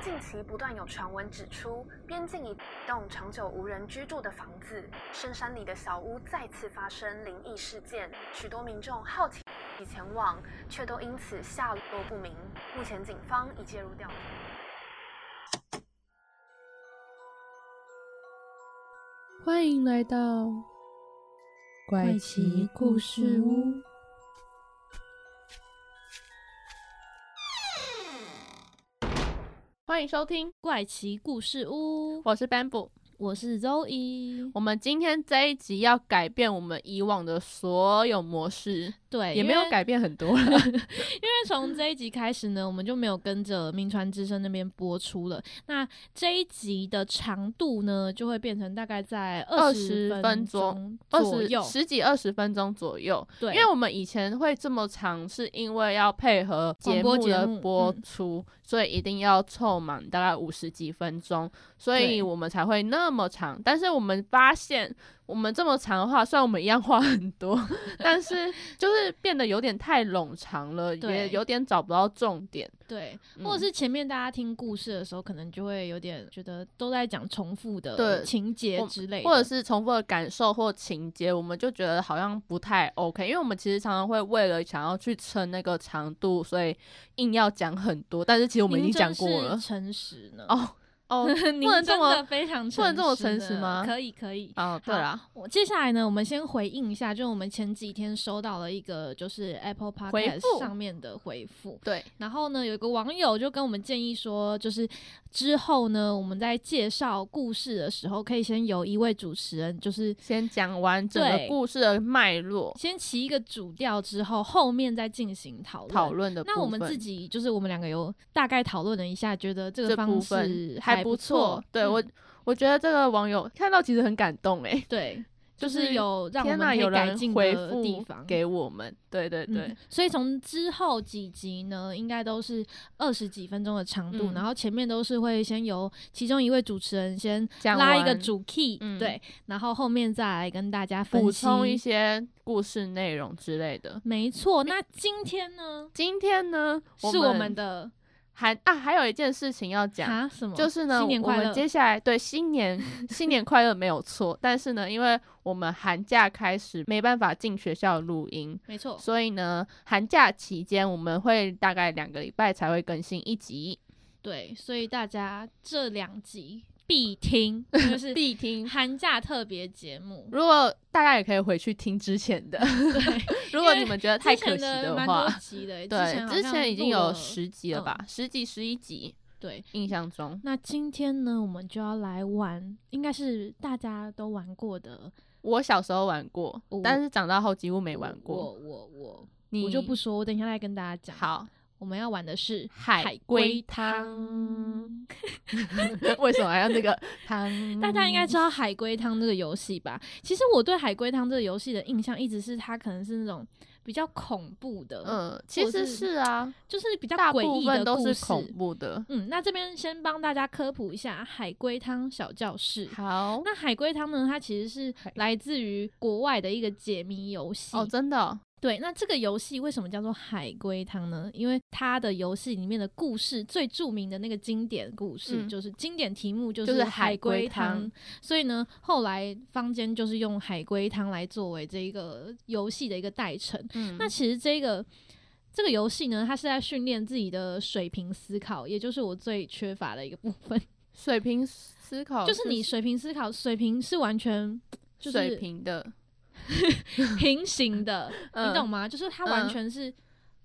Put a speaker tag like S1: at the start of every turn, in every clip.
S1: 近期不断有传闻指出，边境一栋长久无人居住的房子，深山里的小屋再次发生灵异事件，许多民众好奇前往，却都因此下落不明。目前警方已介入调查。
S2: 欢迎来到怪奇故事屋。欢迎收听，
S3: 怪奇故事屋，
S2: 我是 Bamboo。
S3: 我是 Zoe。
S2: 我们今天这一集要改变我们以往的所有模式，
S3: 对，
S2: 也没有
S3: 因为，
S2: 改变很多了。
S3: 因为从这一集开始呢，我们就没有跟着名传之声那边播出了。那这一集的长度呢，就会变成大概在
S2: 20
S3: 十
S2: 分
S3: 分
S2: 钟
S3: 钟
S2: 二
S3: 左
S2: 十
S3: 右。
S2: 十几二十分钟左右，
S3: 对，
S2: 因为我们以前会这么长，是因为要配合节目
S3: 广播节
S2: 的
S3: 目
S2: 播
S3: 嗯
S2: 出，所以一定要凑满大概五十几分钟，所以
S3: 对
S2: 我们才会那么长。但是我们发现，我们这么长的话，虽然我们一样话很多， 但是就是变得有点太冗长了，也
S3: 对
S2: 有点找不到重点。
S3: 对，
S2: 嗯
S3: 或者是前面大家听故事的时候，可能就会有点觉得都在讲重复
S2: 对
S3: 的情节
S2: 我
S3: 之类的，
S2: 或者是重复的感受或情节，我们就觉得好像不太 OK，因为我们其实常常会为了想要去撑那个长度，所以硬要讲很多，但是其实我们已经
S3: 您
S2: 讲
S3: 真
S2: 过
S3: 是
S2: 了。
S3: 诚实呢。
S2: 哦 哦
S3: 您
S2: 能这
S3: 真
S2: 么
S3: 的非常
S2: 不能这么诚
S3: 诚
S2: 实
S3: 呢
S2: 吗
S3: 可以，可以。
S2: 哦，对啦，
S3: 我接下来呢，我们先回应一下，就是我们前几天收到了一个就是 Apple
S2: 回复
S3: Podcast 上面的回复，
S2: 对，
S3: 然后呢，有一个网友就跟我们建议说，就是之后呢，我们在介绍故事的时候，可以先由一位主持人，就是
S2: 先讲完整个
S3: 对
S2: 故事的脉络，
S3: 先起一个主调之后，后面再进行讨论。
S2: 讨论的部分。
S3: 那我们自己就是我们两个有大概讨论了一下，觉得这
S2: 这
S3: 个
S2: 部
S3: 方
S2: 分
S3: 式
S2: 还
S3: 不
S2: 不错，对我
S3: 嗯
S2: 我觉得这个网友看到其实很感动诶，
S3: 对，
S2: 就
S3: 就是有让我
S2: 天
S3: 们
S2: 呐，
S3: 可
S2: 有
S3: 以改
S2: 人
S3: 进
S2: 回
S3: 的地
S2: 复
S3: 方。
S2: 给我们，对对对，
S3: 嗯，所以从之后几集呢，应该都是二十几分钟的长度，
S2: 嗯
S3: 然后前面都是会先由其中一位主持人先
S2: 讲
S3: 拉一
S2: 完
S3: 个主 key，
S2: 嗯
S3: 对，然后后面再来跟大家分
S2: 补
S3: 析
S2: 充一些故事内容之类的。
S3: 没错，那今天呢
S2: 今天呢，
S3: 是我们的
S2: 还啊，还有一件事情要讲，
S3: 啊什么？
S2: 就是呢，
S3: 新年快
S2: 我
S3: 乐
S2: 们接下来对新年新年快乐没有错，但是呢，因为我们寒假开始没办法进学校录音，
S3: 没错，
S2: 所以呢，寒假期间我们会大概两个礼拜才会更新一集，
S3: 对，所以大家这两集必听， 就是
S2: 必听。
S3: 寒假特别节目。
S2: 如果大家也可以回去听之前的，
S3: 对，
S2: 如果你们觉得太可
S3: 之前
S2: 惜
S3: 的蛮
S2: 话
S3: 多，集的，
S2: 对，之
S3: 之
S2: 前已经有十集了
S3: 嗯
S2: 吧，十几、十一集，
S3: 对，
S2: 印象中。
S3: 那今天呢，我们就要来玩，应该是大家都玩过的。
S2: 我小时候玩过，
S3: 我
S2: 但是长大后几乎没玩
S3: 我
S2: 过。
S3: 我我
S2: 你
S3: 我就不说，我等一下再跟大家讲。，
S2: 好，
S3: 我们要玩的是
S2: 海龟汤。 为什么还要那个汤？
S3: 大家应该知道海龟汤这个游戏吧？其实我对海龟汤这个游戏的印象一直是它可能是那种比较恐怖的，
S2: 嗯，其
S3: 或
S2: 实
S3: 者
S2: 是啊，
S3: 就是比较
S2: 大
S3: 诡
S2: 部
S3: 异
S2: 分
S3: 的
S2: 都
S3: 故
S2: 是
S3: 事。
S2: 恐怖的。
S3: 嗯，那这边先帮大家科普一下海龟汤小教室。
S2: 好，
S3: 那海龟汤呢？它其实是来自于国外的一个解谜游戏
S2: 哦，真的哦，
S3: 对，那这个游戏为什么叫做海龟汤呢？因为它的游戏里面的故事最著名的那个经典故事，
S2: 嗯
S3: 就是经典题目就
S2: 就是
S3: 是
S2: 海
S3: 海
S2: 龟
S3: 龟
S2: 汤
S3: 汤，所以呢，后来坊间就是用海龟汤来作为这一个游戏的一个代称。
S2: 嗯，
S3: 那其实这个这个游戏呢，它是在训练自己的水平思考，也就是我最缺乏的一个部分，
S2: 水平思考
S3: 就是你水平思考，水平是完全就是
S2: 水平的，
S3: 平行的，
S2: 嗯
S3: 你懂吗？就是它完
S2: 嗯
S3: 全是，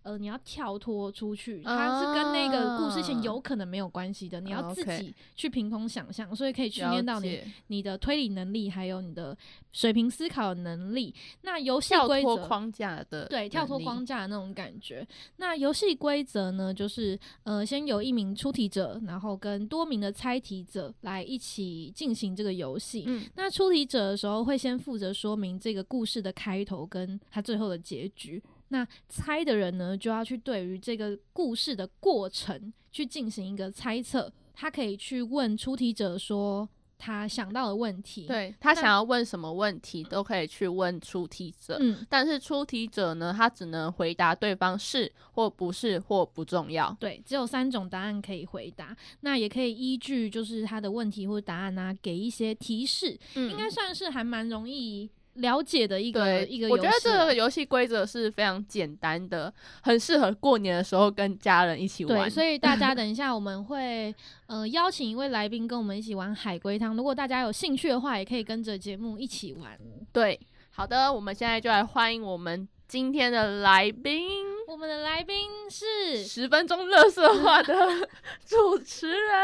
S3: 呃，你要跳脱出去，它是跟那个故事
S2: 啊
S3: 线有可能没有关系的，你
S2: 嗯
S3: 要
S2: ，OK
S3: 自己去凭空想象，所以可以训
S2: 了
S3: 练到你
S2: 解
S3: 你的推理能力，还有你的水平思考能力。那游戏
S2: 跳
S3: 规
S2: 脱
S3: 则。
S2: 框架的，
S3: 对，跳脱框。架的那种感觉。那游戏规则呢，就是呃，先有一名出题者，然后跟多名的猜题者来一起进行这个游戏。
S2: 嗯，
S3: 那出题者的时候会先负责说明这个故事的开头跟他最后的结局。那猜的人呢，就要去对于这个故事的过程去进行一个猜测。他可以去问出题者说：“他想到的问题。，
S2: 对他想
S3: 那
S2: 要问什么问题都可以去问出题者，
S3: 嗯，
S2: 但是出题者呢，他只能回答对方是或不是或不重要。
S3: 对，只有三种答案可以回答。那也可以依据就是他的问题或答案啊，给一些提示，
S2: 嗯
S3: 应该算是还蛮容易了解的一个
S2: 对
S3: 一个游
S2: 我
S3: 戏
S2: 觉
S3: 啦。
S2: 得这个游戏规则是非常简单的，很适合过年的时候跟家人一起玩。
S3: 对，所
S2: 以
S3: 以大家等一下我们会呃邀请一位来宾跟我们一起玩海龟汤。如果大家有兴趣的话，也可以跟着节目一起玩。
S2: 对，好的，我们现在就来欢迎我们今天的来宾，
S3: 我们的来宾是
S2: 十分钟乐色话的 主持人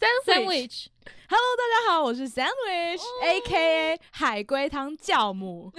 S2: Sandwich。
S3: Sandwich，
S4: Hello，大家好，我是 Sandwich，A.K.A. 海龟汤教母。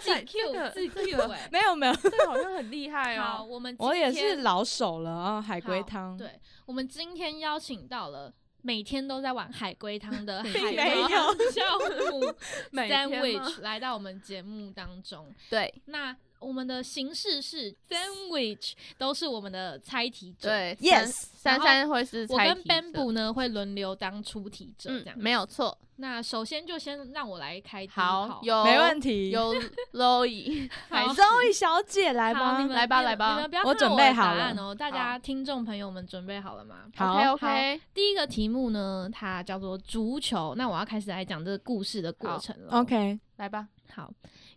S3: 自己 Q 自己 Q 哎、
S4: 没有没有，
S2: 这个好像很厉害
S3: 好，
S2: 哦。
S3: 我们
S4: 我
S3: 今
S4: 也
S3: 天
S4: 是老手了啊，海
S3: 好
S4: 龟汤。，
S3: 对，我们今天邀请到了。每天都在玩海龟汤的海
S4: 并
S3: 龟
S4: 没有
S3: 汤教母
S2: 每天吗
S3: Sandwich 来到我们节目当中。
S2: 对
S3: 那我们的形式是 Sandwich 都是我们的猜题者，
S2: 对
S4: Yes
S2: 三
S3: 然后
S2: 三会是
S3: 我
S2: 猜
S3: 跟
S2: 题
S3: Bamboo
S2: 者
S3: 呢会轮流当出题者，这
S2: 嗯
S3: 样、
S2: 没有。错。
S3: 那首先就先让我来开第一
S2: 好
S3: 炮，
S2: 有
S4: 没问题。
S2: 有 Loy 开始
S4: Zoe 小姐来
S3: 好你
S4: 吗
S3: 们？
S2: 来吧
S3: 你们
S2: 来吧
S3: 你们不要
S4: 我
S3: 看
S4: 准
S3: 我
S4: 备
S3: 的
S4: 好
S3: 答案
S4: 了
S3: 哦，大家听众朋友们准备好了吗？
S4: 好
S2: OK OK
S3: 第一个题目呢，它叫做足球。那我要开始来讲这个故事的过
S2: 好
S3: 程了。
S4: ，OK，
S2: 来吧。
S3: 好，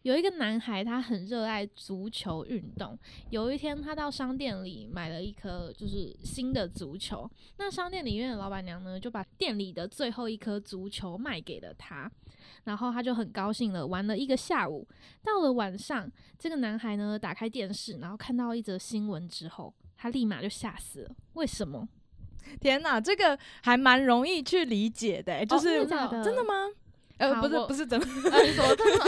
S3: 有一个男孩，他很热爱足球运动。有一天，他到商店里买了一颗就是新的足球。那商店里面的老板娘呢，就把店里的最后一颗足球卖给了他，然后他就很高兴了，玩了一个下午。到了晚上，这个男孩呢，打开电视，然后看到一则新闻之后，他立马就吓死了。为什么？
S4: 天哪，这个还蛮容易去理解的、欸就
S3: 哦
S4: 是、
S3: 真的假的
S4: 真的吗？呃，
S3: 好
S4: 不是
S3: 我
S4: 不是，怎 么？
S2: 呃， 你怎么这么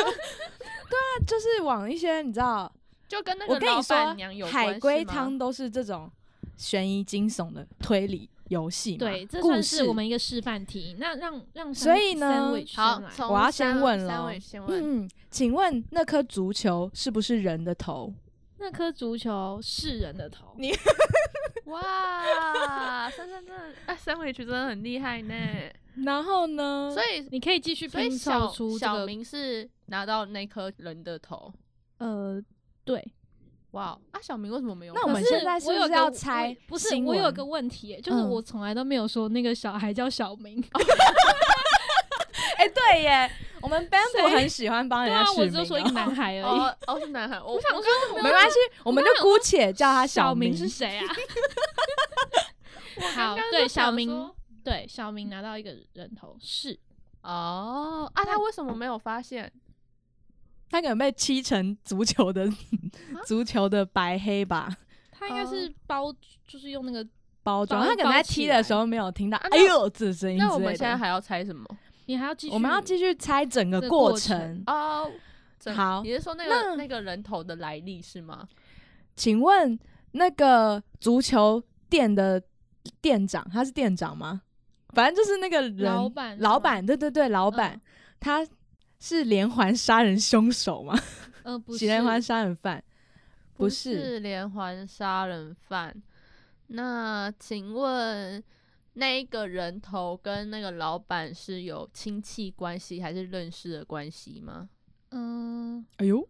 S4: 那就是往一些你知道，
S2: 就跟那
S4: 我
S2: 个
S4: 跟
S2: 老
S4: 你
S2: 板娘有
S4: 说，海
S2: 关
S4: 龟
S2: 系吗
S4: 汤都是这种悬疑惊悚的推理游戏嘛，
S3: 对，这
S4: 故
S3: 算
S4: 事
S3: 是我们一个示范题。那让让
S4: 所
S3: Sand-
S4: 以呢
S3: Sandwich
S2: 好
S3: 先来，
S2: 从
S4: 我要先
S2: 三
S4: 问
S2: 三
S4: 咯
S2: 位先 问，
S4: 嗯，嗯，请问那颗足球是不是人的头？
S3: 那颗足球是人的头。
S4: 你
S2: 哇，三三真的，哎，三位区真的很厉害呢。
S4: 然后呢？
S2: 所以，
S3: 你可以继续
S2: 所以
S3: 拼凑
S2: 小
S3: 出这
S2: 小
S3: 个
S2: 明是拿到那颗人的头，
S3: 呃，对。
S2: 哇啊，小明为什么没有？
S4: 那我
S3: 可
S4: 们
S3: 是
S4: 现在是
S3: 我
S4: 不
S3: 有
S4: 是
S3: 个
S4: 要
S3: 我
S4: 猜
S3: 不是，
S4: 新
S3: 我有
S4: 闻
S3: 个问题耶，就是
S4: 嗯哦
S3: 我从来都没有说那个小孩叫小明。
S4: 哎、对耶，我 们 Bamboo
S3: 谁
S4: 很喜欢 帮
S3: 对
S4: 人家
S3: 啊，
S4: 取
S3: 我
S4: 名、
S3: 只有说一个男孩而已。
S2: 哦哦是男孩， 我
S3: 我想说，
S4: 没关系，我们就姑且叫他
S3: 小
S4: 明。
S3: 是谁 啊？
S2: 刚
S3: 好
S2: 刚，就
S3: 对，
S2: 想
S3: 小明
S2: 说，
S3: 对，小明拿到一个人头是。
S2: 哦啊，他为什么没有发现？
S4: 他可能被漆成足球的
S3: 啊
S4: 足球的白黑吧
S3: 他应该
S4: 哦
S3: 是包，就是用那个。
S4: 包装，
S3: 包
S4: 他可能在
S3: 包起
S4: 踢的
S3: 来
S4: 时候没有听到
S2: 啊
S4: “哎呦”这声音之类的。
S2: 那我们现在还要猜什么？
S3: 你还要继续，
S4: 我们要继续猜整个
S3: 这个
S4: 过
S3: 过程
S4: 程。
S2: 哦，整
S4: 好
S2: 你是说那
S4: 那
S2: 个那个人头的来历是吗？
S4: 请问那个足球店的店长，他是店长吗？反正就是那个人
S3: 老板是吗
S4: 老板，对对对，老板，
S3: 嗯
S4: 他是连环杀人凶手吗？
S3: 呃，不是
S4: 连环杀人犯？不
S2: 是
S4: 是，
S2: 连环杀人犯。那请问那一个人头跟那个老板是有亲戚关系还是认识的关系吗？
S3: 嗯，
S4: 哎呦，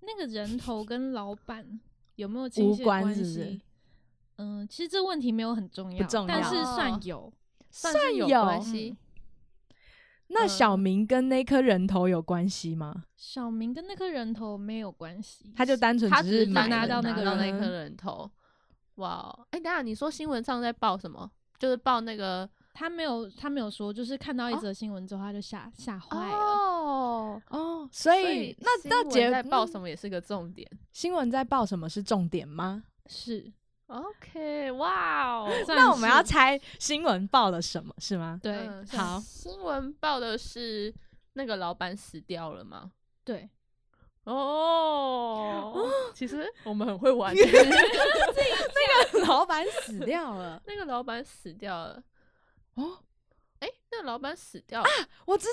S3: 那个人头跟老板有没有亲
S4: 无
S3: 戚的
S4: 关
S3: 关
S4: 是不是
S3: 系？嗯，其实这问题没有很重要，
S4: 不重
S3: 但
S4: 要
S3: 是
S2: 哦
S3: 算有。
S2: 算是有
S4: 有
S2: 关系。
S4: 那
S2: 嗯
S4: 小明跟那颗人头有关系吗？
S3: 小明跟那颗人头没有关系，
S4: 他就单纯
S2: 他
S4: 嗯是
S2: 是
S4: 买
S3: 拿
S4: 了
S3: 到那
S2: 拿
S3: 个
S2: 到那
S4: 人
S2: 颗人头。哇哦，哎、等一下你说新闻上在报什么？就是报那个
S3: 他没有他没有说，就是看到一则新闻之后他就吓吓
S2: 哎
S3: 坏了。
S2: 哦，
S4: 哦，所以那
S2: 新
S4: 那
S2: 闻
S4: 结
S2: 在报什
S4: 么？
S2: 么也是个重点。
S4: 新闻在报什么是重点吗？
S3: 是，
S2: OK，哇哦，
S3: 算
S4: 那我们要
S3: 是
S4: 猜新闻报了什么是吗？
S3: 对
S2: 嗯
S3: 算
S4: 好
S2: 新闻报的是那个老板死掉了吗？
S3: 对，
S2: 哦，其实 我们很会 玩欸。
S4: 老板死掉了。
S2: 那个老板死掉了，
S4: 哦，
S2: 哎、那个老板死掉了。
S4: 我知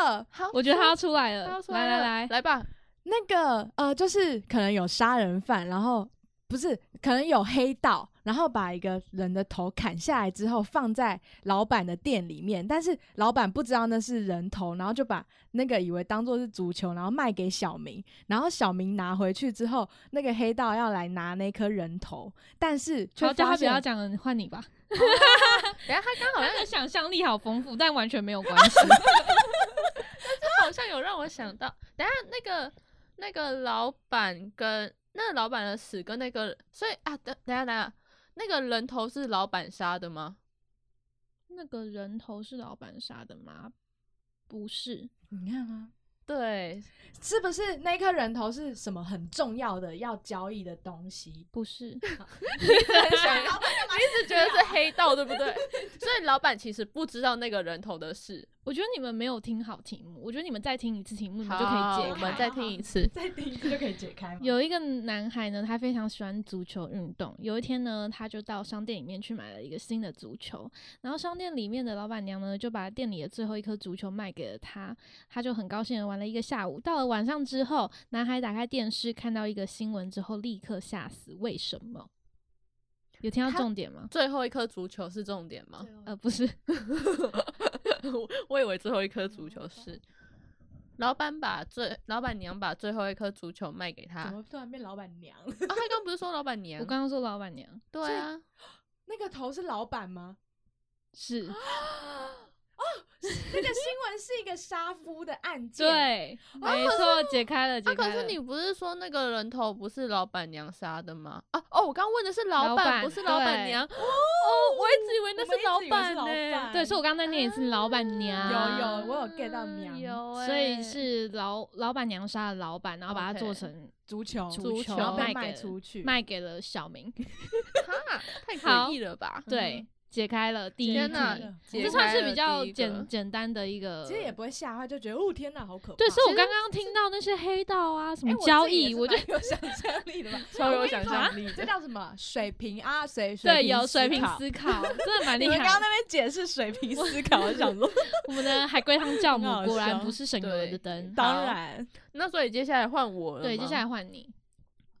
S4: 道了，
S2: 好，
S3: 啊我觉哦得他要
S2: 出
S3: 出来
S2: 他
S3: 了
S2: 要，出
S3: 来
S2: 来了
S3: 来来，
S2: 来吧。
S4: 那个呃，就是可能有杀人犯，然后不是，可能有黑道，然后把一个人的头砍下来之后放在老板的店里面，但是老板不知道那是人头，然后就把那个以为当做是足球，然后卖给小明，然后小明拿回去之后，那个黑道要来拿那颗人头，但是却
S3: 好，哦叫
S4: 发
S3: 他不
S4: 现
S3: 要讲了，换你 吧。
S2: 等一下他刚好
S3: 好
S2: 像
S3: 像想象力好丰富，但完全没有 关系。
S2: 他好像有让我想到，等一下那个那个老板跟那个老板的死跟那个，所以啊，等等一下等一下，那个人头是老板杀的吗？
S3: 那个人头是老板杀的吗？不是，
S4: 你看啊，
S2: 对，
S4: 是不是那颗人头是什么很重要的要交易的东 西？
S3: 不是，
S2: 老板一 直觉得是黑道，对不
S3: 啊
S2: 对？ 所以老板其实不知道那个人头的事。
S3: 我觉得你们没有听好题目，我觉得你们再听一次题目，你们就可以
S2: 好，
S3: 解开。
S2: 我们再听一次。
S4: 再第一次就可以解开吗？
S3: 有一个男孩呢，他非常喜欢足球运动。有一天呢，他就到商店里面去买了一个新的足球，然后商店里面的老板娘呢，就把店里的最后一颗足球卖给了他。他就很高兴的玩了一个下午。到了晚上之后，男孩打开电视，看到一个新闻之后，立刻吓死。为什么？有听到
S2: 他
S3: 重点吗？
S2: 最后一颗足球是重点吗？
S3: 呃，不是，
S2: 我我以为最后一颗足球是老板把最老板娘把最后一颗足球卖给他。
S4: 怎
S2: 啊，
S4: 么突然变老板娘？
S2: 他刚刚不是说老板娘？
S3: 我刚刚说老板娘
S2: 对啊，
S4: 那个头是老板吗？
S2: 啊
S3: 是
S4: 那个新闻是一个杀夫的案件，，
S3: 对，没错，解开了，解
S2: 啊，可
S3: 开
S2: 是
S3: 了。
S2: 你不是说那个人头不是老板娘杀的吗？啊，哦，我刚问的是老
S3: 老
S2: 板，
S3: 板
S2: 不是老板
S3: 对
S2: 娘。哦，我一直以为那
S4: 我们
S2: 是
S4: 一直以为
S2: 板
S4: 是老
S2: 呢
S4: 板。啊
S3: 对，所以我刚刚再念一次，老板娘。
S4: 有有我有 get 到娘
S2: 啊有欸，
S3: 所以是老老板娘杀了老板，然后把它做
S2: OK
S3: 成
S4: 足球，
S2: 足球
S4: 然后
S3: 卖
S4: 被
S3: 给
S4: 卖出去，
S3: 卖给了小 明。
S2: 哈，太诡异了吧？
S3: 对，解开了第一
S2: 天哪
S3: 题，
S2: 嗯解
S3: 这算
S2: 开
S3: 是
S2: 了
S3: 比较
S2: 第一个
S3: 简简单的一个。
S4: 其实也不会吓坏，就觉得哦天哪，好可怕。
S3: 对，所以
S2: 其
S3: 我刚刚听到那些黑道啊，什
S4: 哎
S3: 么
S4: 我
S3: 交
S4: 自己也
S3: 易，
S4: 是
S3: 我就
S4: 蛮有想象力 的吧，
S2: 超有想象
S4: 力。这叫什么？水平啊，水
S3: 对有水平
S4: 考。
S3: 思考，真的蛮
S4: 你
S3: 厉
S4: 们
S3: 害
S4: 刚刚。那边解释水平思 考，我想说，
S3: 我们的海龟汤教母
S4: 很好
S3: 果然
S4: 笑
S3: 不是省油
S2: 对
S3: 的灯。
S4: 当然
S2: 那所以接下来换我了吗。
S3: 对，接下来换你。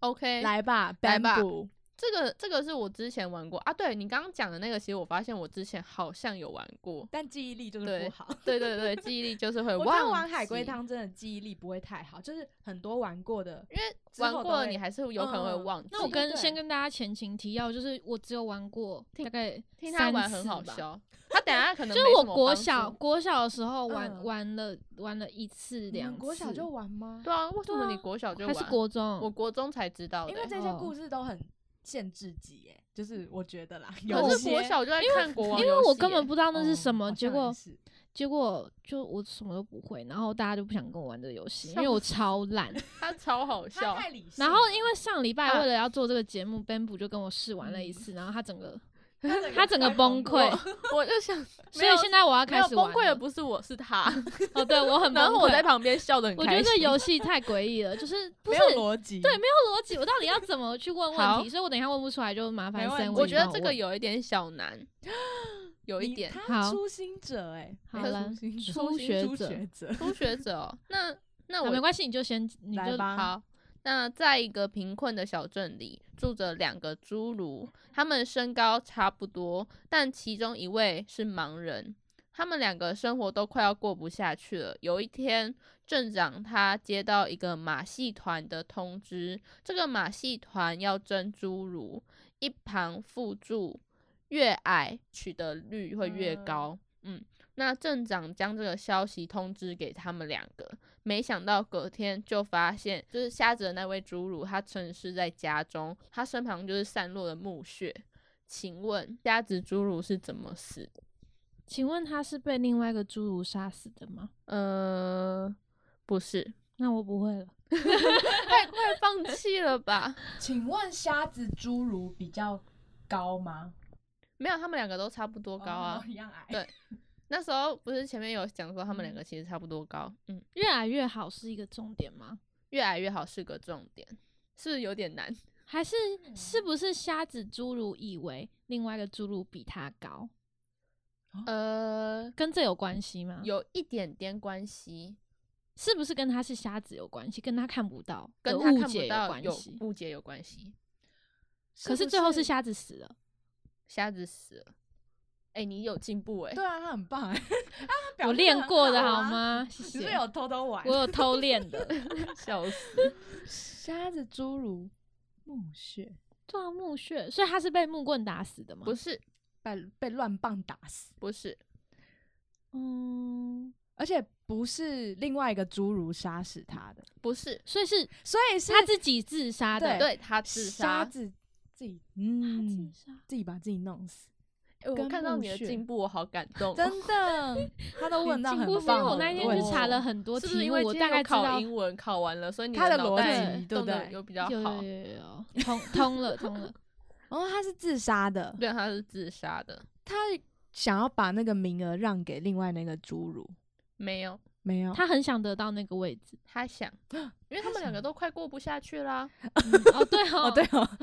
S2: OK，
S4: 来吧，
S3: 哎
S2: 来吧
S4: 班布。
S2: 这个这个是我之前玩过啊。对你刚刚讲的那个，其实我发现我之前好像有玩过
S4: 但记忆力就是
S2: 对
S4: 不好。
S2: 对对对，记忆力就是 会
S4: 我
S2: 忘
S4: 觉
S2: 记。
S4: 得玩海龟，汤真的记忆力不会太好，就是很多玩过的
S2: 因为
S4: 之
S2: 玩
S4: 后
S2: 过了
S4: 都会
S2: 你还是有可能会
S4: 嗯
S2: 忘记。
S3: 那我
S4: 对
S3: 跟
S4: 对
S3: 先跟大家前情提要，就是我只有玩过大概
S2: 听他
S3: 三
S2: 玩很
S3: 次
S2: 好
S3: 吧
S2: 笑，他等下可能
S3: 就是
S2: 没
S3: 我
S2: 什么
S3: 国
S2: 帮助
S3: 小国小的时候玩、
S4: 嗯
S3: 玩了玩了一次
S4: 你
S3: 两
S4: 们
S3: 次，
S4: 国小就玩吗？
S2: 对啊，为什么
S3: 对啊
S2: 你国小就
S3: 还
S2: 玩？
S3: 是国中，
S2: 我国中才知道的
S4: 因
S2: 欸、
S4: 为这些
S3: 哦
S4: 故事都很限制级耶，就是我觉得啦，
S2: 可
S4: 有
S2: 是国
S4: 些
S2: 小就在看国王
S3: 因
S2: 游
S3: 为我
S2: 戏
S3: 根本
S2: 欸
S3: 不知道那是什么，
S4: 哦
S3: 结
S4: 好
S3: 果
S4: 像也是
S3: 结果就我什么都不会，然后大家就不想跟我玩这个游戏，因为
S2: 笑
S3: 我超 烂。
S2: 他超好
S4: 他
S2: 笑，
S4: 太理性
S3: 然
S4: 了，
S3: 后因为上礼拜
S2: 啊嗯
S3: 为了要做这个节目，Bamboo 就跟我试玩了一次，然后他整个
S4: 为
S3: 他整个崩溃，
S2: 我就想，
S3: 所以现在我要
S2: 啊没
S3: 开
S2: 有
S3: 始
S2: 崩
S3: 玩
S2: 溃的
S3: 了。
S2: 不是我，是他。
S3: 哦，对我很崩
S2: 然后我在
S3: 溃。
S2: 旁边笑得很
S3: 我觉得
S2: 开
S3: 这
S2: 心。
S3: 游戏太诡异了，就是不
S4: 没
S3: 是
S4: 有逻辑，
S3: 对，没有逻辑，我到底要怎么去问问
S2: 好
S3: 题？所以我等一下问不出来，就麻烦
S4: 没问题
S3: 三位
S2: 我觉得
S3: 帮
S2: 这个
S3: 问
S2: 有一点小 难，有一
S4: 你
S2: 点
S4: 他
S3: 好
S4: 初心者哎，
S3: 好
S4: 他
S3: 了
S4: 初心者
S3: 初学
S4: 初
S3: 者
S4: 学者，
S2: 初学者哦、那那
S3: 啊、没
S2: 我
S3: 关系，啊你就先你
S4: 来
S3: 就
S4: 吧
S2: 好。那在一个贫困的小镇里，住着两个侏儒，他们身高差不多，但其中一位是盲人。他们两个生活都快要过不下去了。有一天，镇长他接到一个马戏团的通知，这个马戏团要争侏儒，一旁附注越矮取得率会越
S4: 嗯
S2: 高。嗯，那镇长将这个消息通知给他们两个，没想到隔天就发现，就是瞎子的那位侏儒，他沉尸在家中，他身旁就是散落的墓穴。请问瞎子侏儒是怎么死的？
S3: 请问他是被另外一个侏儒杀死的吗？
S2: 呃，不是，
S3: 那我不会了。
S2: 太快放弃了吧？
S4: 请问瞎子侏儒比较高吗？
S2: 没有，他们两个都差不多高啊
S4: 哦。一样矮，
S2: 对那时候不是前面有讲说他
S3: 嗯
S2: 们两个其实差不多高，嗯，
S3: 越来越好是一个重点吗？
S2: 越矮越好是个重点，是不是有点难？
S3: 还是是不是瞎子侏儒以为另外一个侏儒比他高，哦
S2: 呃，
S3: 跟这有关系吗？，
S2: 有一点点关系，
S3: 是不是跟他是瞎子有关系，跟他看不到、
S2: 跟他
S3: 误
S2: 看
S3: 解
S2: 不到
S3: 关
S2: 有
S3: 系？
S2: 误解有关系。
S3: 可
S2: 是
S3: 是
S2: 不
S3: 最后是
S2: 是
S3: 瞎子死了。
S2: 瞎子死了。哎、你有进步哎、
S4: 对啊，他很棒、欸，
S3: 我练过的好啊
S4: 好？啊
S3: 吗？谢
S4: 你是不
S3: 谢
S4: 是。有偷偷玩
S3: 我？有偷练的。
S2: 笑 死！
S4: 瞎子侏儒墓穴
S3: 对啊，墓穴，所以他是被木棍打死的吗？
S2: 不，是，
S4: 被被乱棒打死，
S2: 不是，
S3: 嗯，
S4: 而且不是另外一个侏儒杀死他的，
S2: 不是，
S3: 所以是
S4: 所以是
S3: 他自己自杀的，
S4: 对
S2: 对他自
S4: 瞎
S2: 杀。
S4: 子自己
S3: 他
S4: 嗯
S3: 自杀。
S4: 自己把自己弄死，
S2: 哎我
S4: 跟
S2: 看到
S4: 墓
S2: 你的
S4: 穴
S2: 进步，我好感 动、哦。
S4: 真的，他都问到
S2: 进
S4: 很
S2: 步
S3: 不
S2: 非
S3: 是因
S4: 棒
S3: 为
S4: 的
S3: 我
S4: 问
S3: 那
S4: 题。
S3: 天去查了很多
S2: 哦是不是
S3: 题
S2: 因
S3: 目，
S2: 为
S3: 我
S2: 今
S3: 大
S2: 天有
S3: 概知
S2: 考
S3: 道
S2: 英文考完了，所以你
S4: 他的
S2: 脑
S4: 逻
S2: 袋
S3: 辑
S4: 对
S2: 动
S4: 不
S2: 的
S4: 对
S2: 又比较
S3: 有
S2: 好
S3: 有。有有有通通了 通了，
S4: 哦，他是自杀的，
S2: 对，他是自杀的，
S4: 他想要把那个名额让给另外那个侏儒，
S2: 没有，
S4: 没有，
S3: 他很想得到那个 位置。
S2: 他想，因为他们两个都快过不下去啦。
S3: 嗯哦，对
S4: 哦
S3: 哦，
S4: 对哦，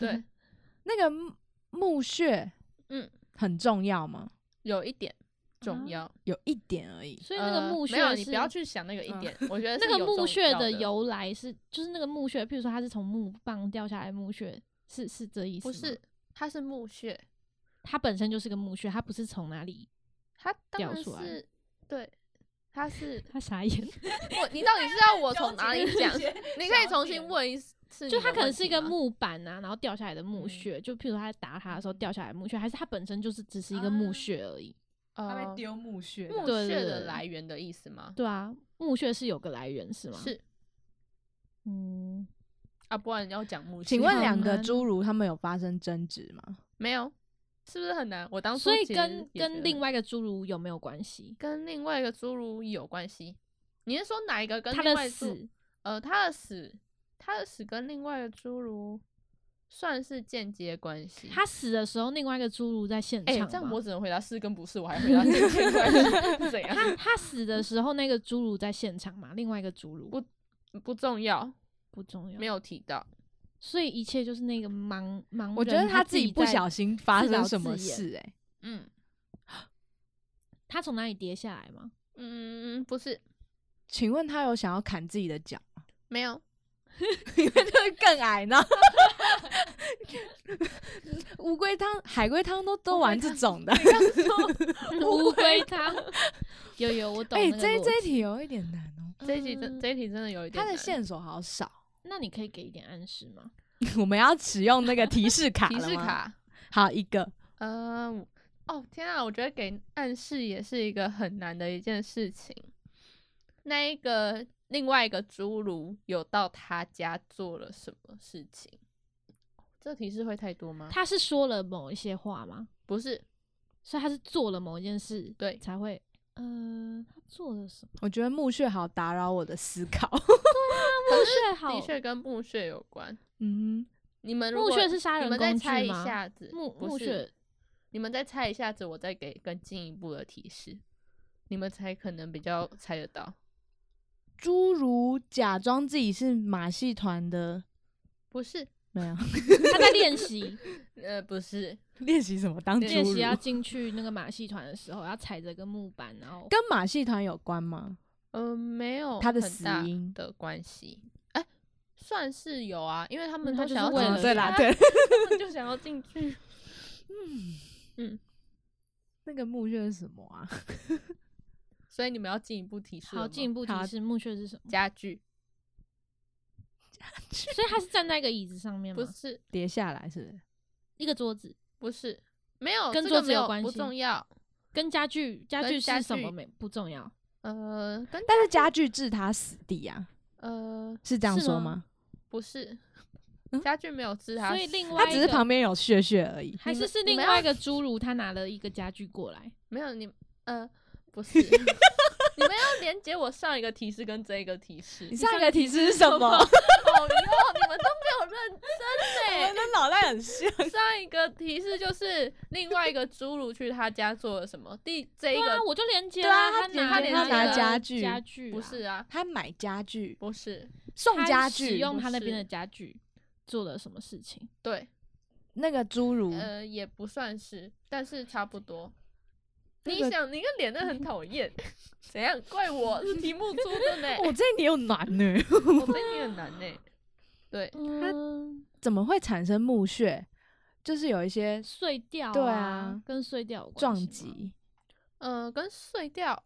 S2: 对，
S4: 那个墓墓穴，
S2: 嗯，
S4: 很重要吗？
S2: 有一点重
S3: 啊
S2: 要，
S4: 有一点而已。
S3: 所以那个
S2: 呃
S3: 墓穴
S2: 没有，你
S3: 是
S2: 不要去想那个一
S4: 嗯
S2: 点，我觉得是
S3: 那个
S2: 有
S3: 墓
S2: 重
S3: 穴
S2: 要的
S3: 由来是，就是那个墓穴，譬如说他是从木棒掉下来，墓穴是是这意思
S2: 不
S3: 吗？
S2: 是，它是墓穴，
S3: 它本身就是个墓穴，它不是从哪里，
S2: 它当
S3: 掉
S2: 然
S3: 出来
S2: 是对，它是
S3: 他傻眼，
S2: 我，你到底是要我从哪里讲？你可以重新
S4: 问。
S2: 问一次你的问题
S3: 就
S2: 吗，嗯
S3: 它可能是一个木板啊，然后掉下来的墓穴，就譬如说他打他的时候掉下来的墓穴，还是它本身就是只是一个
S2: 啊
S3: 墓穴而已。
S2: 呃
S4: 丢墓穴
S2: 墓
S3: 哦对对
S2: 穴
S3: 对
S2: 的
S3: 对
S2: 来源的意思吗？
S3: 对啊，墓穴是有个来源是吗？，
S2: 是
S3: 嗯，
S2: 啊，不然你要讲墓穴，
S4: 请问
S3: 好
S4: 两个
S3: 难
S4: 侏儒他们有发生争执吗？
S2: 没有，是不是很难？我当初
S3: 所以
S2: 其实
S3: 跟
S2: 也觉
S3: 跟
S2: 得
S3: 另外一个侏儒有没有关系？
S2: 跟另外一个侏儒有关系。你是说哪一个跟
S3: 他
S2: 另外
S3: 的
S2: 一个侏
S3: 死，
S2: 呃，他的死，他的死跟另外一个侏儒算是间接关系。
S3: 他死的时候，另外一个侏儒在现
S2: 哎、
S3: 场吗？
S2: 这样我只能回答是跟不是，我 还回答间接关系是怎样？
S3: 他他死的时候，那个侏儒在现场嘛？另外一个侏儒
S2: 不不重要，
S3: 不重要，
S2: 没有提到。
S3: 所以一切就是那个盲盲人，
S4: 我觉得
S3: 他
S4: 自己不
S3: 在
S4: 小，心发
S3: 自
S4: 生
S3: 导
S4: 什么
S3: 自演
S4: 事、欸，哎，
S2: 嗯
S3: 他从哪里跌下来 吗？
S2: 嗯，不是，
S4: 请问他有想要砍自己的脚吗？
S2: 没
S3: 嗯
S2: 有，
S4: 因为就是更矮 呢。乌龟汤、海龟汤都都 玩这种的。
S3: 乌龟
S2: 啊
S3: 汤， 有有我懂
S4: 哎、
S3: 那个逻辑。
S4: 这这一题有一点难哦，
S2: 这一题真、
S3: 嗯
S2: 这一题真的有一点
S4: 它的
S2: 难
S4: 线索好少。
S3: 那你可以给一点暗示吗？
S4: 我们要使用那个 提示卡
S2: 提
S4: 了
S2: 示
S4: 吗，
S2: 卡，
S4: 好一个。
S2: 呃，我哦天啊，我觉得给暗示也是一个很难的一件事情。那一个另外一个侏儒有到他家做了什么事情？这提示会太多吗？
S3: 他是说了某一些话吗？
S2: 不是，
S3: 所以他是做了某一件事，
S2: 对
S3: 才会。呃，他做了什么？
S4: 我觉得墓穴好打扰我的思 考。
S3: 墓穴好
S2: 的，确跟墓穴有关。
S4: 嗯，
S2: 你们如
S3: 墓
S2: 果
S3: 穴是杀
S2: 你
S3: 人
S2: 们再
S3: 工
S2: 猜
S3: 具
S2: 一
S3: 吗？
S2: 下子，
S3: 墓
S2: 不
S3: 墓
S2: 是
S3: 穴，
S2: 你们再猜一下子，我再给更进一步的提示，你们才可能比较猜得到。
S4: 侏儒假装自己是马戏团的，
S2: 不是，
S4: 没有
S3: 他在练习
S2: 呃，不是，
S4: 练习什么当侏儒？
S3: 练习要进去那个马戏团的时候，要踩着个木板，然后
S4: 跟马戏团有关吗？
S2: 呃，没有
S4: 他的
S2: 很
S4: 死
S2: 大
S4: 因
S2: 的关系，哎、算是有啊，因为他们
S3: 嗯他
S2: 都
S3: 就
S2: 想要
S3: 是为
S2: 进
S3: 了
S2: 去
S3: 对
S2: 啊，
S4: 啦哦对，
S2: 他们就想要进 去。
S4: 那个墓穴是什么啊？
S2: 所以你们要进一步提示了
S3: 好
S2: 吗，
S3: 进一步提
S4: 好
S3: 示墓穴是 什么？
S2: 家具
S3: 所以他是站在一个椅子上面
S2: 不
S3: 吗？
S2: 是
S4: 跌下来是不是？
S3: 一个桌子
S2: 不是没有
S3: 跟
S2: 这
S3: 桌
S2: 个
S3: 子
S2: 没
S3: 有
S2: 有
S3: 关
S2: 不
S3: 系
S2: 重要，
S3: 跟家具，家
S2: 跟
S3: 具
S2: 呃家
S3: 是什么
S2: 具
S3: 没不重要，
S2: 呃，跟
S4: 但是家具置他死地啊，
S2: 呃
S4: 是这样
S3: 是
S4: 说
S3: 吗
S4: 吗？
S2: 不是家具没有治啊他
S3: 嗯所
S2: 死，
S3: 以另
S4: 他
S3: 外
S4: 只
S3: 一
S4: 是
S3: 个
S4: 旁边有血血 而已。
S3: 还
S2: 你
S3: 是
S2: 们
S3: 是
S2: 你
S3: 另
S2: 们
S3: 外
S2: 要
S3: 一个侏儒，他拿了一个家具过来，
S2: 没有你呃不 是，你们要连接我上一个提示跟这一个提 示，
S4: 你上一个提示是什么？我
S2: 哦哟，你们都没有认真
S3: 哎
S2: 呢、
S4: 们的脑袋很像。
S2: 上一个提示就是另外一个侏儒去他家做了什么，第这一
S3: 对
S2: 个、
S3: 啊，我就连接
S4: 对啊
S3: 啦
S4: 他
S2: 连
S3: 拿
S2: 他连
S3: 了
S2: 拿
S3: 一个
S4: 家具
S3: 家具
S2: 不
S3: 啊
S2: 是啊，
S4: 他买家具，
S2: 不是，
S4: 送
S3: 他
S4: 家
S3: 使
S4: 具，
S3: 用
S2: 不
S3: 他那边
S2: 是
S3: 的家具做了什么事情？
S2: 对，
S4: 那个侏儒，
S2: 呃，也不算是，但是差不多。
S4: 那
S2: 你
S4: 个，
S2: 想，你个脸真的很讨厌， 怎样？怪我是题目出的呢
S4: 我这一题有难呢。
S2: 我对你很难呢。对，
S3: 嗯，
S4: 怎么会产生墓穴？就是有一些
S3: 碎掉、
S4: 对
S3: 啊
S4: 啊，
S3: 跟碎掉有关
S4: 撞
S3: 系吗，
S4: 击。
S2: 呃，跟碎掉，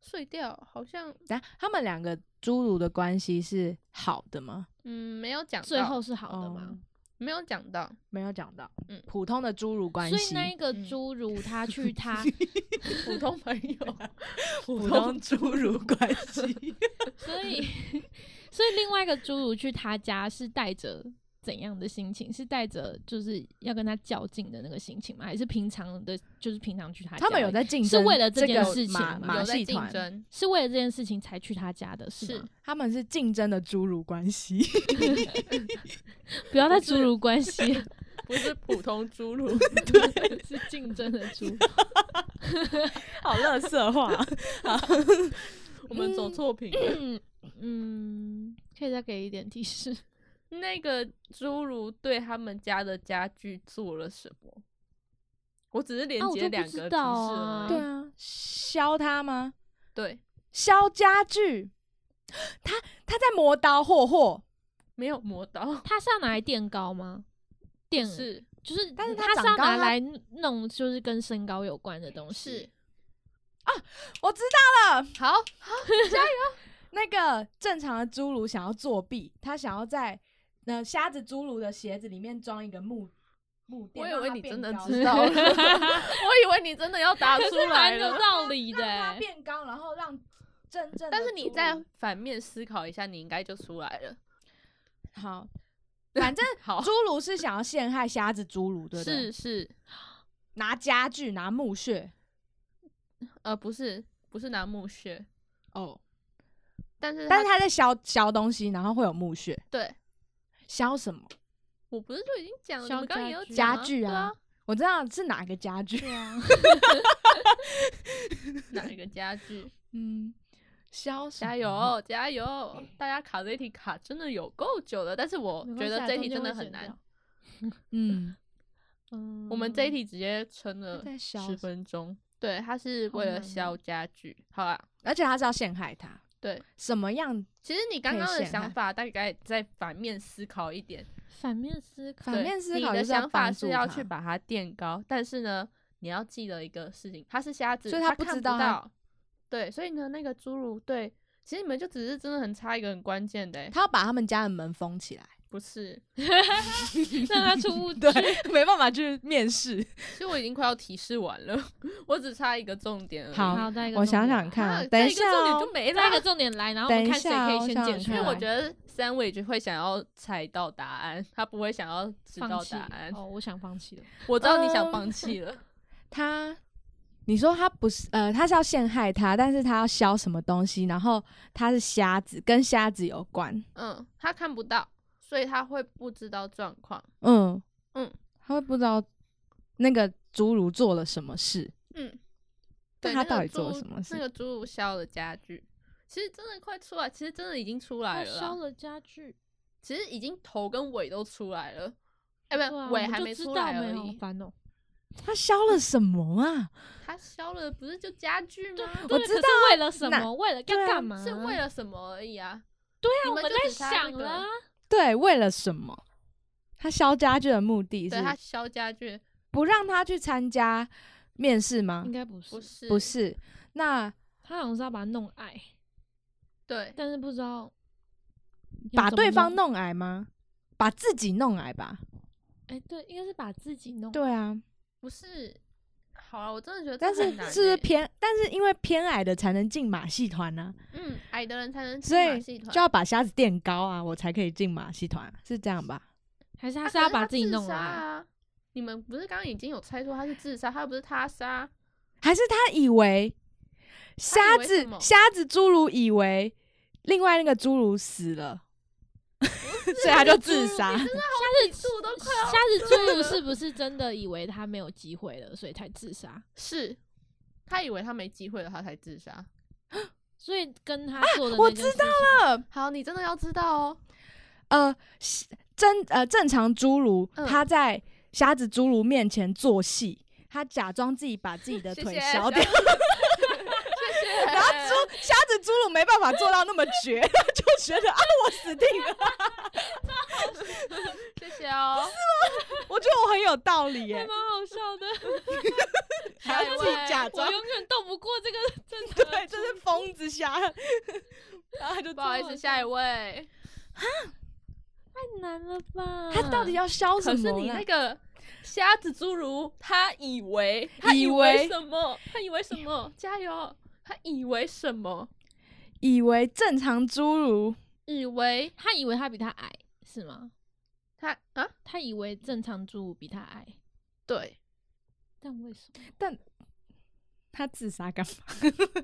S2: 碎掉好像
S4: 等下他们两个侏儒的关系是好的吗？
S2: 嗯没有讲到，
S3: 最后是好的
S4: 哦
S3: 嘛？
S2: 没有讲到，
S4: 没有讲到，
S2: 嗯
S4: 普通的侏儒关
S3: 所以
S4: 系，
S3: 那一个
S2: 嗯
S3: 侏儒他去 他，
S2: 普通朋友
S4: 普通 侏儒关系，
S3: 所以所以另外一个侏儒去他家是带着怎样的心情？是带着就是要跟他较劲的那个心情吗？还是平常的，就是平常去他家？
S4: 他们有在竞
S3: 啊是
S4: 争，
S3: 为了这
S4: 这
S3: 件
S4: 个
S3: 事情
S4: 马
S3: 吗
S4: 马
S2: 有在
S4: 戏
S2: 竞
S4: 团，
S2: 争，
S3: 是为了这件事情才去他家的，是吗？
S4: 他们是竞争的侏儒关系。
S3: 不要再
S2: 不是
S3: 侏儒关系了，
S2: 不是普通侏儒
S3: 对，是竞争的侏儒。
S4: 好乐色化，
S2: 我们走错 屏了。
S3: 嗯，可以再给一点提示。
S2: 那个侏儒对他们家的家具做了什么？我只是连
S3: 啊我
S2: 接
S3: 都不
S2: 两
S3: 知
S2: 个提示
S3: 道
S2: 而
S3: 啊
S2: 已。
S4: 对啊，削他吗？
S2: 对，
S4: 削家具，他他在磨刀霍霍，
S2: 没有磨刀，
S3: 他是要拿来垫高吗？垫
S2: 是
S3: 就是，
S4: 但是他
S3: 他是要
S4: 长高
S3: 拿
S4: 他
S3: 来弄，就是跟身高有关的东西。
S2: 是
S4: 我知道了。
S2: 好，
S4: 那个正常的侏儒想要作弊，他想要在呃瞎子侏儒的鞋子里面装一个木木
S2: 我
S4: 垫，
S2: 以
S4: 让
S2: 为
S4: 它
S2: 你
S4: 变
S2: 真的
S4: 高
S2: 知 道了，我 以为你真的要答
S3: 可
S2: 出
S3: 是
S2: 来
S3: 蛮有
S2: 了。
S3: 道理的、
S4: 让它
S3: 欸。
S4: 变高，然后让真正的啊
S2: 但是你
S4: 侏
S2: 在
S4: 儒
S2: 反面思考一下，你应该就出来了。
S4: 好，反正
S2: 好，
S4: 侏儒是想要陷害瞎子侏儒，对不
S2: 是
S4: 对？
S2: 是，
S4: 拿家具，拿木屑，
S2: 呃，不是不是拿木屑，
S4: 哦，
S2: 但是
S4: 但是
S2: 他
S4: 他在削削东西，然后会有木屑，
S2: 对
S4: 削什么？
S2: 我不是就已经讲了，你
S3: 削
S2: 们刚刚
S3: 家
S2: 也有
S3: 具
S2: 讲
S4: 家具
S2: 对啊
S4: 啊，我知道是哪个家具，
S2: 哪一个家具？
S4: 嗯，削什
S2: 加
S4: 么
S2: 油，加油！大家卡这一题卡真的有够久了，但是我觉
S3: 没关系
S2: 得
S3: 啊
S2: 这一
S3: 中
S2: 题
S3: 间
S2: 真的
S3: 会
S2: 很
S3: 剪
S2: 难
S3: 掉。
S4: 嗯，
S3: 嗯
S2: 我们这一题直接撑
S4: 他
S2: 了
S4: 在削
S2: 十分钟，对，他是
S3: 好
S2: 为了
S3: 难哦
S2: 削家具。好啦，
S4: 而且他是要陷害他，
S2: 对，
S4: 什么样
S2: 其实你刚
S4: 可以
S2: 刚的
S4: 陷害
S2: 想法大概再反面思考一点，
S3: 反面思考，
S4: 反
S2: 对
S4: 面思考
S2: 你的
S4: 就是要
S2: 想法
S4: 帮
S2: 是
S4: 助
S2: 要
S4: 他
S2: 去把它垫高，但是呢，你要记得一个事情，他是瞎子，
S4: 所以他
S2: 他
S4: 不
S2: 看
S4: 知道啊
S2: 到。对，所以呢，那个侏儒对，其实你们就只是真的很差一个很关键的欸、
S4: 他要把他们家的门封起来，
S2: 不是。
S3: 让他出不
S4: 对，没办法去面试。
S2: 其实我已经快要提示完了， 我只差一个重点而已。
S4: 好
S3: 好，再一个
S4: 我
S3: 重
S4: 想
S3: 点
S4: 想
S3: 来
S2: 啊
S4: 看，
S2: 再
S4: 等一
S2: 一个
S4: 下
S2: 重点
S4: 哦
S2: 就没了
S3: 再一。个重点来，然后我们
S4: 等一
S3: 看谁
S4: 下
S3: 可以
S4: 哦
S3: 先
S4: 想
S3: 剪
S4: 想
S3: 出
S2: 因
S4: 看
S2: 为我
S3: 来
S2: 觉。得三尾只会想要猜到答案，他不会想要知
S3: 放
S2: 道
S3: 弃
S2: 答案。
S3: 哦，我想放弃了。
S2: 我知道你想
S4: 嗯
S2: 放弃了，
S4: 他，你说他不是呃，他是要陷害他，但是他要削什么东西，然后他是瞎子，跟瞎子有关，
S2: 嗯，他看不到，所以他会不知道状况。
S4: 嗯
S2: 嗯，
S4: 他会不知道那个侏儒做了什么事，
S2: 嗯，
S4: 那
S2: 对
S4: 他
S2: 个
S4: 到底做了
S2: 猪
S4: 什么事
S2: 那个侏儒削了家具，其实真的快出来，其实真的已经出
S3: 他
S2: 来了
S3: 烧
S2: 啦，
S3: 了家具，
S2: 其实已经头跟尾都出来了，哎、
S3: 对啊
S2: 不，尾
S3: 我们
S2: 还
S3: 就
S2: 没
S3: 知
S2: 出
S3: 道
S2: 来而
S3: 没有
S2: 已。
S3: 烦哦。
S4: 他削了什么啊？
S2: 他削了不是就家具吗？
S4: 我
S3: 对可
S4: 知
S3: 是
S4: 道
S3: 为了什
S4: 那
S3: 么，为了
S4: 对
S3: 要
S4: 啊
S3: 干嘛？
S2: 是为
S3: 了
S2: 了什么而已啊？
S3: 对
S2: 你
S3: 啊，我
S2: 们
S3: 们
S2: 就
S3: 在
S2: 只差这
S3: 想
S2: 个
S3: 了啊。
S4: 对，为了什么？他削家具的目的是
S2: 对他削家具
S4: 不让他去参加面试吗
S3: 应？该不
S2: 不
S3: 是，
S2: 是
S4: 不是，那
S3: 他好像是要把他弄矮，
S2: 对
S3: 但是不知道要
S4: 把
S3: 怎么
S4: 对方
S3: 弄。
S4: 弄矮吗？把自己弄矮吧。
S3: 哎，对，应该是把自己弄。
S4: 对啊，
S2: 不是。好啊，我真的觉得
S4: 但
S2: 哦这
S4: 是
S2: 很难
S4: 是不是
S2: 欸
S4: 偏，但是因为偏矮的才能进马戏团呢，
S2: 嗯矮的人才能进
S4: 所
S2: 马
S4: 以
S2: 戏团，啊
S4: 就要把瞎子垫高啊，我才可以进马戏团，啊是这样吧？
S3: 还是
S2: 他
S3: 他是
S2: 可
S3: 要
S2: 是
S3: 把
S2: 他
S3: 自己
S2: 自
S3: 弄
S2: 杀
S3: 矮？
S2: 啊。你们不是刚刚已经有猜出他是自杀，他又不是他杀，
S4: 还是他以为瞎
S2: 他以为什
S4: 子
S2: 么
S4: 瞎子侏儒以为另外那个侏儒死了，所以他就自杀。
S3: 他是
S2: 我都快
S3: 瞎子侏儒是不是真的以为他没有机会了，所以才自杀？
S2: 是他以为他没机会了，他才自杀。
S3: 所以跟他做的、
S4: 我知道
S3: 了，
S2: 好，你真的要知道哦。
S4: 呃，是真呃正常侏儒、
S2: 嗯
S4: 他在瞎子侏儒面前做戏，他假装自己把自己的腿
S2: 谢谢
S4: 削
S2: 谢
S4: 掉，
S2: 谢 谢谢。
S4: 然后侏 瞎子侏儒没办法做到那么绝，就觉得啊我死定了，
S2: 笑，
S4: 我觉得我很有道理耶、
S3: 还蛮好笑的。
S2: 哎
S4: 还要自己假装
S3: 我，永远斗不过这个正常。
S4: 对，这是疯 子侠。然后他就
S2: 不好意思，下一位。
S3: 太难了吧？
S4: 他到底要消什
S2: 可
S4: 么
S2: 是
S4: 啦？
S2: 你那个瞎子侏儒，他以为他
S4: 以
S2: 以
S4: 为
S2: 为什么？他以为什么？加油！他以为什么？
S4: 以为正常侏儒
S2: 以为
S3: 他以为他比他矮是吗？
S2: 他啊？
S3: 他以为正常侏儒比他矮，
S2: 对，
S3: 但为什么？
S4: 他自杀干嘛？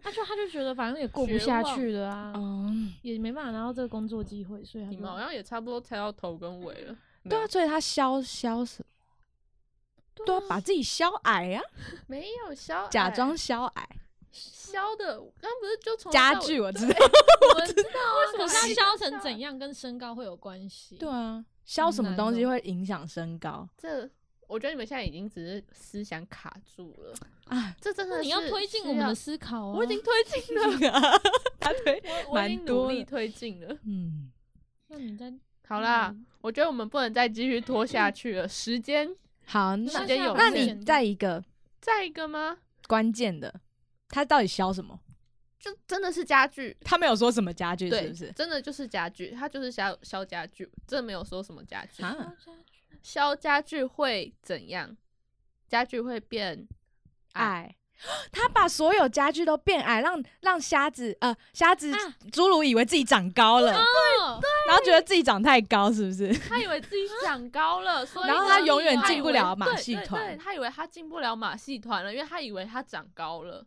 S3: 他就他就觉得反正也过不
S2: 绝
S3: 下
S2: 望
S3: 去了啊，
S4: 哦，
S3: 也没办法拿到这个工作机会，所以他
S2: 你
S3: 就
S2: 们好像也差不多猜到头跟尾了。
S4: 对啊，所以他消消什么？对啊，把自己消矮啊，
S2: 没有消矮
S4: 假装消矮，
S2: 消的，刚不是就从
S4: 家
S2: 头到尾
S4: 具我知道。
S3: 我知道啊，可是他
S2: 是
S3: 消成怎样跟身高会有关系？
S4: 对啊，消什么东西
S3: 难哦
S4: 会影响身高
S2: 这，我觉得你们现在已经只是思想卡住了，
S4: 啊？
S2: 这真的
S3: 你要
S2: 是
S3: 推进
S2: 需
S3: 我们
S2: 要
S3: 的思考啊！
S2: 我已经推进了，
S4: 他对，
S2: 我我
S4: 蛮
S2: 已经
S4: 多
S2: 努力
S4: 的
S2: 推进了。
S4: 嗯，
S3: 那你在
S2: 好啦
S3: 嗯，
S2: 我觉得我们不能再继续拖下去了，时间
S4: 好，
S2: 时
S4: 那
S2: 间有
S4: 那
S2: 限
S4: 你再一个
S2: 再一个吗？
S4: 关键的，他到底消什么？
S2: 就真的是家具，
S4: 他没有说什么家具
S2: 对，
S4: 是不是？
S2: 真的就是家具，它就是消消家具，这没有说什么家具。
S4: 啊，
S2: 消家具会怎样？家具会变矮，
S4: 矮。 他把所有家具都变矮，让让瞎子呃瞎子
S3: 啊
S4: 侏儒以为自己长高了，
S3: 哦，
S4: 然后觉得自己长太高，是不是？
S2: 他以为自己长高了，所以
S4: 啊然后
S2: 呢
S4: 他永远
S2: 以为
S4: 进不了马戏
S2: 对对
S4: 团
S2: 对他以为他进不了马戏团了，因为他以为他长高了。
S3: 哦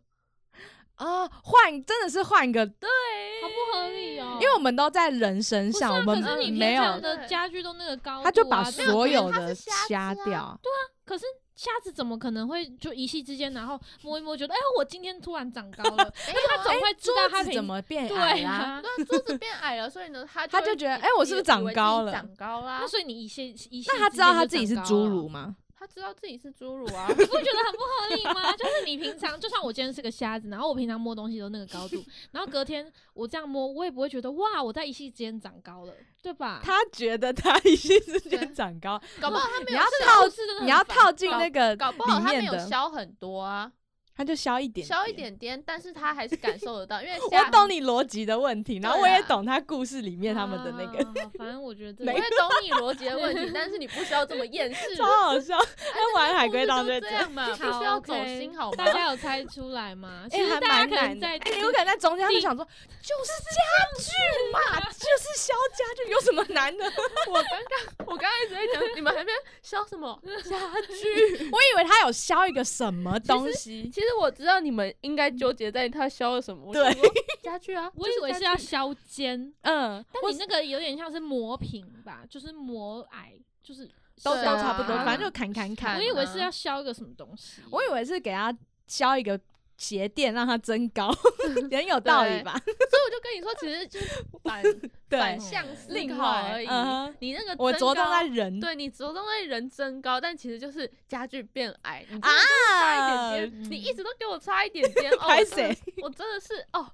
S4: 啊，换真的是换一个，因
S3: 好不合理哦！
S4: 为我们都在人身
S3: 不是
S4: 上，
S3: 啊，
S4: 我
S3: 可是你
S4: 们嗯没
S3: 平
S4: 有
S3: 常的家具都那个高度啊，
S4: 他就把
S3: 这样
S4: 所
S2: 没有
S4: 有
S2: 可是他
S4: 的
S2: 是瞎子
S4: 瞎
S2: 啊
S4: 掉。
S3: 可是瞎子怎么可能会就一夕之间，然后摸一摸，觉得哎、我今天突然长高了？ 但是他总会知
S4: 啊哎桌
S3: 道他
S4: 子
S3: 平
S4: 怎么变矮
S3: 对
S4: 啦、
S3: 啊？
S2: 那桌子变矮了，所以呢，他
S4: 哎他
S2: 会
S4: 就觉得
S2: 以
S4: 哎我是不是
S2: 以为
S4: 长
S2: 自己
S4: 高了
S2: 长高啦
S3: 那，所以你一些一夕
S4: 那他
S3: 之
S4: 知道
S3: 间
S4: 他
S3: 就
S4: 自己是
S3: 长高
S4: 侏
S3: 了啊
S4: 儒，吗？
S2: 他知道自己是侏儒 啊。
S3: 你不觉得很不合理吗？就是你平常，就算我今天是个瞎子，然后我平常摸东西都那个高度，然后隔天我这样摸，我也不会觉得哇，我在一夕之间长高了，对吧？
S4: 他觉得他一夕之间
S2: 对
S4: 长高，
S2: 搞不好他没
S4: 你
S2: 有
S4: 要
S3: 这
S4: 套
S3: 个故事真的
S4: 你
S3: 很
S4: 要
S3: 烦
S4: 套进那个
S2: 搞不好
S4: 里
S2: 他没
S4: 面
S2: 有
S4: 的，
S2: 消很多啊，
S4: 他就消一点，
S2: 消一。点点，但是他还是感受得到，因 为
S4: 我
S2: 瞎
S4: 懂你逻辑的问题，然后我也
S2: 对啊
S4: 懂他故事里面他们的那个，
S3: 啊，反正我觉得这
S2: 我
S4: 没
S2: 会懂你逻辑的问题，但是你不需要这么厌世。 哎
S4: 超好笑。他玩海龟汤
S2: 就会
S4: 就会
S2: 这
S4: 这
S2: 样
S4: 样，
S2: 嘛， 不需要走心好吗
S3: 大？家有猜出来吗？其实
S4: 哎还
S3: 大家
S4: 蛮
S3: 可能
S4: 难的。
S3: 在
S4: 哎，有可能在中间，他们想说就是家具 嘛，就是消家具，有什么难的？
S2: 我刚刚我刚刚一直在讲，你们还没消什么家具？
S4: 我以为他有消一个什么 东西，
S2: 其实我知道你们应该纠结在他消了什么。我
S4: 对
S2: 想说，家具啊，
S3: 我
S2: 就
S3: 以为
S2: 家
S3: 是要
S2: 具
S3: 削尖，
S4: 嗯，
S3: 但你那个有点像是磨平吧，就是磨矮，就是
S4: 都
S2: 对
S4: 都差不多，
S2: 啊
S4: 反正就砍砍
S2: 砍
S4: 砍。
S3: 我以为是要削一个什么东西，
S4: 我以为是给他削一个鞋垫让他增高， 很有道理吧？
S2: 所以我就跟你说，其实就是反
S4: 对
S2: 反，向思
S4: 另
S2: 考
S4: 外
S2: 而已
S4: 嗯哼。
S2: 你那个
S4: 我
S2: 增
S4: 着重
S2: 高
S4: 在人
S2: 对你着重在人增高，但其实就是家具变矮，你真的
S4: 啊
S2: 就是差一点点，
S3: 嗯
S2: 你一直都给我差一点点哦，
S4: 拍
S2: 我真的
S4: 谁
S2: 我真的是哦，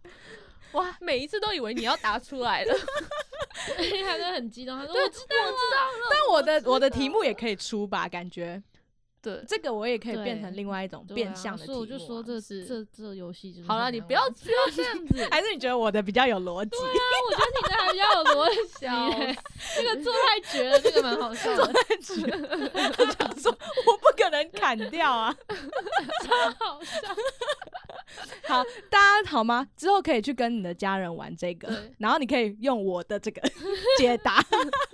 S2: 哇，每一次都以为你要答出来了，
S3: 他都很激动，他说我知道
S2: 我知道了，
S4: 但我的我的题目也可以出吧，感觉
S2: 对。
S4: 这个我也可以变成
S3: 对
S4: 另外一种
S3: 对啊
S4: 变相的题
S3: 所以
S4: 目啊。，
S3: 我就说这
S2: 是
S3: 这这啊游戏就是
S2: 好了，
S3: 很
S2: 你
S3: 难
S2: 不要
S3: 玩
S2: 不要这样子
S4: 还是你觉得我的比较有逻辑？
S3: 对啊，我觉得你这还比较有逻
S2: 笑
S3: 辑欸，这个做太绝了，这个蛮好笑的，
S4: 我想说我不可能砍掉啊。
S3: 超好笑。
S4: 好，大家好吗？之后可以去跟你的家人玩这个
S2: 对，
S4: 然后你可以用我的这个 解答，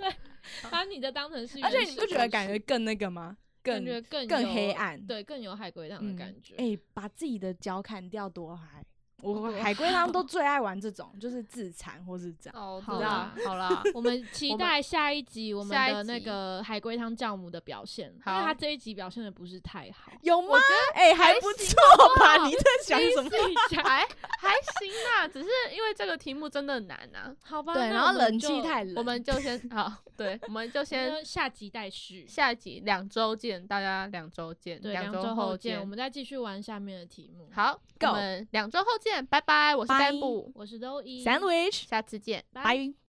S3: 把你的当成是原
S4: 而
S3: 始
S4: 且
S3: 故事，
S4: 你不觉得感觉更那个吗？更
S3: 感觉更
S4: 更
S3: 有
S4: 黑暗
S3: 对，更有海龟汤的感觉。
S4: 哎、把自己的脚砍掉多嗨！我
S3: 多
S4: 海龟汤都最爱玩这种，就是自残或是这样。
S2: 哦，
S3: 好
S2: 对啦，好 啦，
S3: 我们期
S2: 我们
S3: 待下一集我们
S2: 下一
S3: 的那
S2: 集
S3: 个海龟汤教母的表现，因为
S2: 好
S3: 他这一集表现的不是太好。
S4: 有吗？哎、还不错
S2: 不
S4: 吧？
S2: 好
S4: 你在想什么？
S2: 还还行啦，只是因为这个题目真的难啊，
S3: 好吧，
S4: 对，
S3: 那
S4: 然
S3: 我
S4: 后
S3: 们
S4: 冷
S3: 就
S4: 气太冷，
S2: 我们就先好，对，我们就先
S3: 那下集待续。
S2: 下一集两周见，大家两周见，
S3: 对，两
S2: 周
S3: 周后
S2: 见。
S3: 见，我们再继续玩下面的题目。，
S2: 好
S4: Go
S2: 我们两周后见，拜拜，我是
S4: 拜
S2: 丹布，
S3: 我是周一
S4: sandwich，
S2: 下次见。
S3: 拜
S4: 拜。